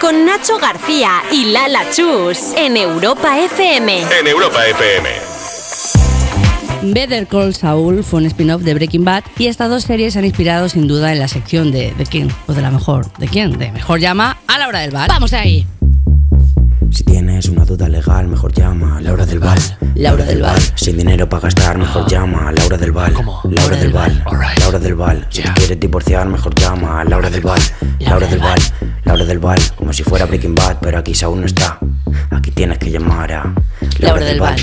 Con Nacho García y Lala Chus en Europa FM. En Europa FM. Better Call Saul fue un spin-off de Breaking Bad y estas dos series se han inspirado sin duda en la sección de ¿de quién? O de la mejor, ¿de quién? De mejor llama a la hora del bar. ¡Vamos ahí! Si tienes una duda legal, mejor llama a Laura del Val. Laura del Val. Sin dinero para gastar, mejor llama a Laura del Val. ¿Cómo? Laura del Val. Alright. Laura del Val. Si te quieres divorciar, mejor llama a Laura del Val. Laura del Val. Laura del Val. Como si fuera Breaking Bad, pero aquí Saúl no está. Aquí tienes que llamar a Laura del Val.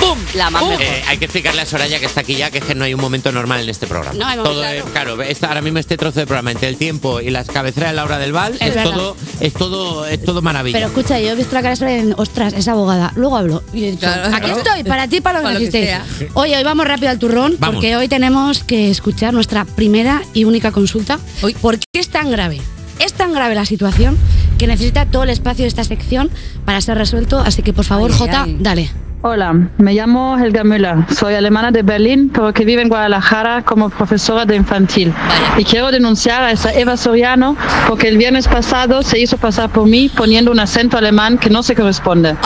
¡Pum! La Uh. más mejor. Eh, hay que explicarle a Soraya que está aquí ya que es que no hay un momento normal en este programa. No hay momento, todo es- claro. claro, está- ahora mismo este trozo de programa entre el tiempo y las cabeceras de Laura del Val Es es, verdad. todo es todo es todo maravilla. Pero escucha, yo he visto la cara de Soraya y digo, ostras, es abogada. Luego hablo. Y he dicho, Claro, aquí claro. estoy, para ti, para lo que Para lo que necesites. Oye, hoy vamos rápido al turrón, Vamos. porque hoy tenemos que escuchar nuestra primera y única consulta. Hoy- ¿Por qué es tan grave? Es tan grave la situación que necesita todo el espacio de esta sección para ser resuelto. Así que, por favor, Ay, Jota, ay. dale. Hola, me llamo Helga Müller, soy alemana de Berlín, pero que vive en Guadalajara como profesora de infantil. Vaya. Y quiero denunciar a esa Eva Soriano porque el viernes pasado se hizo pasar por mí poniendo un acento alemán que no se corresponde.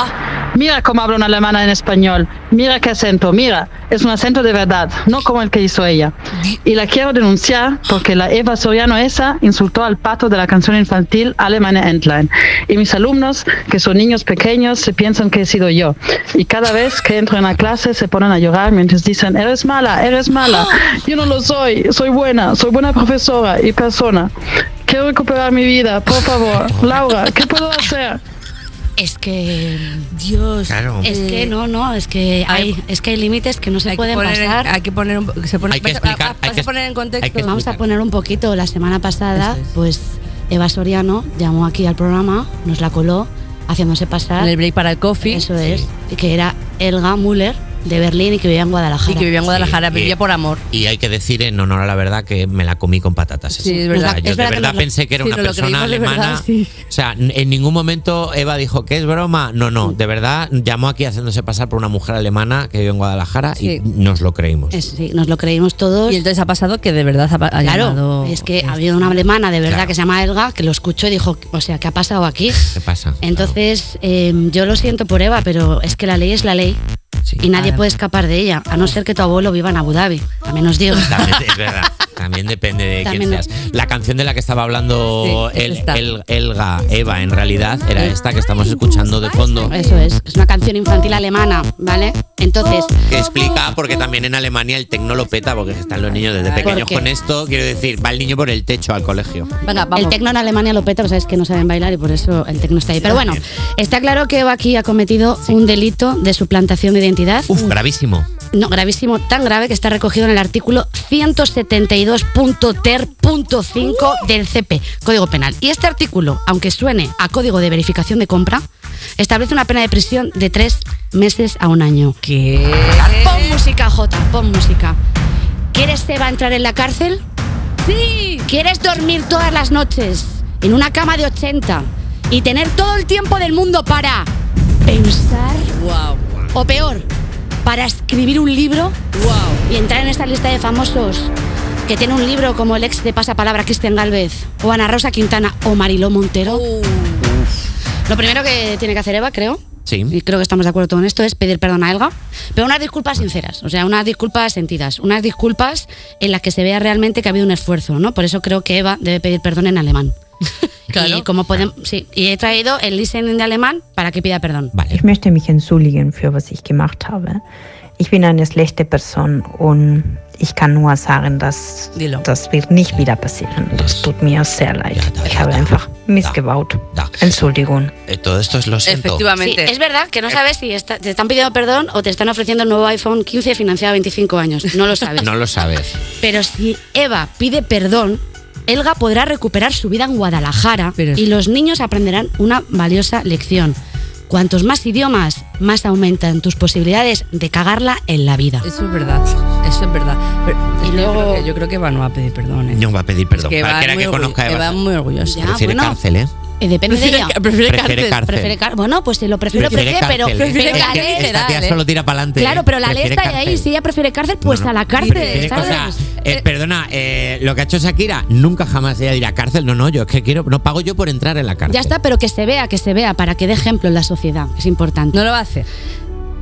Mira cómo habla una alemana en español, mira qué acento, mira, es un acento de verdad, no como el que hizo ella. Y la quiero denunciar porque la Eva Soriano esa insultó al pato de la canción infantil Alemania Endline. Y mis alumnos, que son niños pequeños, se piensan que he sido yo. Y cada vez que entro en la clase se ponen a llorar mientras dicen, eres mala, eres mala. Yo no lo soy, soy buena, soy buena profesora y persona. Quiero recuperar mi vida, por favor. Laura, ¿qué puedo hacer? Es que, Dios, Claro. es que no, no, es que hay, es que hay límites que no se Hay que pueden poner en- pasar. hay que poner un, se pone, Hay que vas a- explicar, vas a hay que- poner en hay que contexto. Pues Vamos a poner un poquito. La semana pasada, Eso es. pues Eva Soriano llamó aquí al programa, nos la coló, haciéndose pasar. En el break para el coffee. Eso es. Y que era Elga Müller de Berlín y que vivía en Guadalajara. Y que vivía en Guadalajara, Sí, vivía y- por amor. Y hay que decir en honor a la verdad que me la comí con patatas. Sí, esa. es verdad. O sea, Es Yo de verdad que verdad nos lo- pensé que era sí, una nos lo persona creímos de alemana. verdad, sí. O sea, n- en ningún momento Eva dijo que es broma. No, no, de verdad llamó aquí haciéndose pasar por una mujer alemana que vive en Guadalajara Sí. y nos lo creímos. Es- Eh, sí, nos lo creímos todos. Y entonces ha pasado que de verdad ha, pa- ha Pues- Claro, llamado- este. es que había una alemana de verdad Claro. que se llama Elga que lo escuchó y dijo, o sea, ¿qué ha pasado aquí? ¿Qué pasa? Entonces, eh, yo lo siento por Eva, pero es que la ley es la ley Claro, sí. y nadie Además. puede escapar de ella, a no ser que tu abuelo viva en Abu Dhabi, también os digo. También, es verdad. También depende de También- quién seas. La canción de la que estaba hablando Sí, es el- esta. el- Elga, Eva, en realidad era esta que estamos escuchando de fondo. Eso es, es una canción infantil alemana, ¿vale? Entonces, Que explica porque también en Alemania el tecno lo peta porque están los niños desde Claro. pequeños Porque- con esto. Quiero decir, va el niño por el techo al colegio. Venga, vamos. El tecno en Alemania lo peta, pues sabes que no saben bailar y por eso el tecno está ahí. Pero bueno, está claro que Eva aquí ha cometido un delito de suplantación de identidad. Uf, gravísimo. No, gravísimo, tan grave que está recogido en el artículo Uh. 172.ter.5 del CP, Código Penal. Y este artículo, aunque suene a Código de Verificación de Compra, establece una pena de prisión de tres meses a un año. ¿Qué? Pon música, Jota, pon música. ¿Quieres, Eva, entrar en la cárcel? ¡Sí! ¿Quieres dormir todas las noches en una cama de 80 y tener todo el tiempo del mundo para pensar? ¡Wow! O peor, para escribir un libro ¡Wow! y entrar en esta lista de famosos que tiene un libro como el ex de Pasapalabra Cristian Galvez o Ana Rosa Quintana o Mariló Montero. Lo primero que tiene que hacer Eva, creo, Sí. y creo que estamos de acuerdo con esto, es pedir perdón a Elga, pero unas disculpas sinceras, o sea, unas disculpas sentidas, unas disculpas en las que se vea realmente que ha habido un esfuerzo, ¿no? Por eso creo que Eva debe pedir perdón en alemán. Claro. Y como podemos, sí, y he traído el listening de alemán para que pida perdón. Vale. Ich möchte mich entschuldigen für was ich gemacht habe. Ich bin eine schlechte Person und ich kann nur sagen, dass Dilo. das wird nicht wieder passieren. Das tut mir sehr leid. Ja, da, ich da, habe da. einfach missgebaut. Da. Entschuldigung. Eh, todo esto es lo siento. Sí, Efectivamente. es verdad que no sabes si está- te están pidiendo perdón o te están ofreciendo el nuevo iPhone 15 financiado a 25 años. No lo sabes. No lo sabes. Pero si Eva pide perdón, Elga podrá recuperar su vida en Guadalajara Pero es- y los niños aprenderán una valiosa lección. Cuantos más idiomas, más aumentan tus posibilidades de cagarla en la vida. Eso es verdad. Eso es verdad. Pero Y yo luego- creo que- yo creo que Eva no va a pedir perdón. ¿eh? No va a pedir Es perdón. que Eva Cualquiera es muy que orgull- conozca a Eva. Eva es muy orgullosa. Ya, prefiere bueno. cárcel, ¿eh? Eh, depende Prefiere, de ella. ca- prefiere Prefiere cárcel. cárcel. Prefiere car- bueno, pues si lo prefiero, Prefiere prefiere, pero, cárcel. pero Prefiere la cárcel. ley- Esta Esta dale. tía solo tira ¿eh? para adelante. Claro, pero la ley está ahí. Si ella prefiere cárcel, pues a la cárcel. ¿sabes? O sea, eh, perdona, eh, lo que ha hecho Shakira, nunca jamás ella dirá cárcel. No, no, yo es que quiero, no pago yo por entrar en la cárcel. Ya está, pero que se vea, que se vea, para que dé ejemplo en la sociedad. Es importante. No lo va a hacer.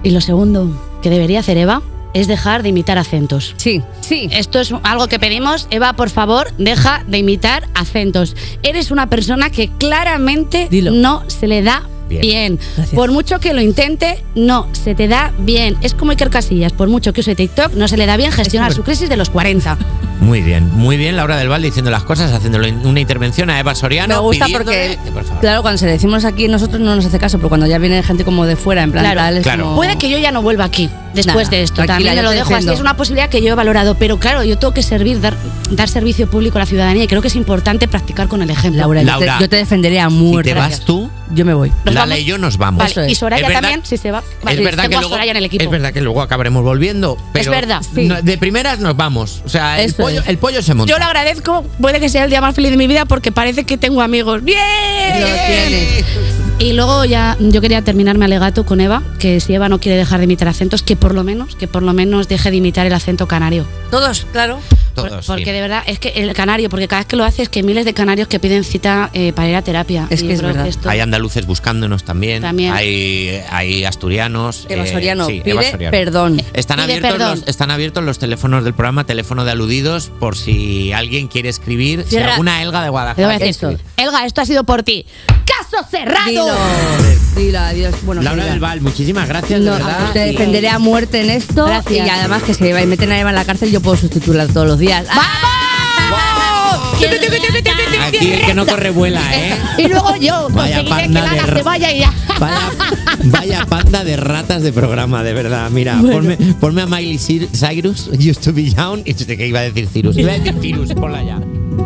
Y lo segundo que debería hacer Eva es dejar de imitar acentos. Sí, sí. Eh, Esto es algo que pedimos. Eva, por favor, deja de imitar acentos. Eres una persona que claramente Dilo. no se le da Bien. bien. Gracias. Por mucho que lo intente, no se te da bien. Es como Iker Casillas. Por mucho que use TikTok, no se le da bien gestionar su crisis de los 40. Muy bien, muy bien Laura del Val diciendo las cosas, haciéndolo en una intervención a Eva Soriano. Me gusta pidiéndole- porque, Por favor. claro, cuando se le decimos aquí, nosotros no nos hace caso, pero cuando ya viene gente como de fuera, en plan Claro, tal, es claro. como- Puede que yo ya no vuelva aquí después Oh. Nada, de esto. tranquila, También yo te lo te dejo así. defiendo. Es una posibilidad que yo he valorado. Pero claro, yo tengo que servir, dar, dar servicio público a la ciudadanía. Y creo que es importante practicar con el ejemplo. Laura, yo te- Laura, yo te, defenderé a Si muerte. te vas tú, Yo me voy. Nos Lala vamos. y yo nos vamos. Vale, Eso es. y Soraya Es verdad- también, si se va. es, Vale, verdad tengo que a luego, Soraya en el equipo. es verdad que luego acabaremos volviendo. Pero Es verdad, sí. no- de primeras nos vamos. O sea, el Eso pollo, es. el pollo se monta. Yo lo agradezco, puede que sea el día más feliz de mi vida porque parece que tengo amigos. ¡Bien! Lo tienes. Y luego ya yo quería terminar mi alegato con Eva, que si Eva no quiere dejar de imitar acentos, que por lo menos, que por lo menos deje de imitar el acento canario. Todos, claro. Por- Todos, porque sí. de verdad es que el canario, porque cada vez que lo hace es que miles de canarios que piden cita eh, para ir a terapia. Es Y que yo es creo verdad. esto- Hay andaluces buscándonos también. También. Hay, hay asturianos. Eva eh, Soriano sí, Eva pide Soriano. perdón. Están Pide abiertos, perdón. los, están abiertos los teléfonos del programa, teléfono de aludidos, por si alguien quiere escribir. Si Cierra. alguna Elga de Le voy a Guadalajara. decir, quiere escribir. Elga, esto ha sido por ti. ¡Caso cerrado! Dilo. Dilo, adiós. Bueno, Laura que del diga. Val, muchísimas gracias, No, de verdad. te Y- defenderé a muerte en esto. Gracias. Y además que se meten a Eva en la cárcel, yo puedo sustituirla todos los días. ¡Vamos! Aquí el que no corre vuela, ¿eh? Y luego yo Vaya conseguiré que panda de Lala ra- se vaya y ya. Vaya, vaya panda de ratas de programa, de verdad. Mira, ponme, ponme a Miley Cyrus, Cyrus, Used to be Young, y que iba a decir Cyrus. Iba a decir Cyrus, ponla ya.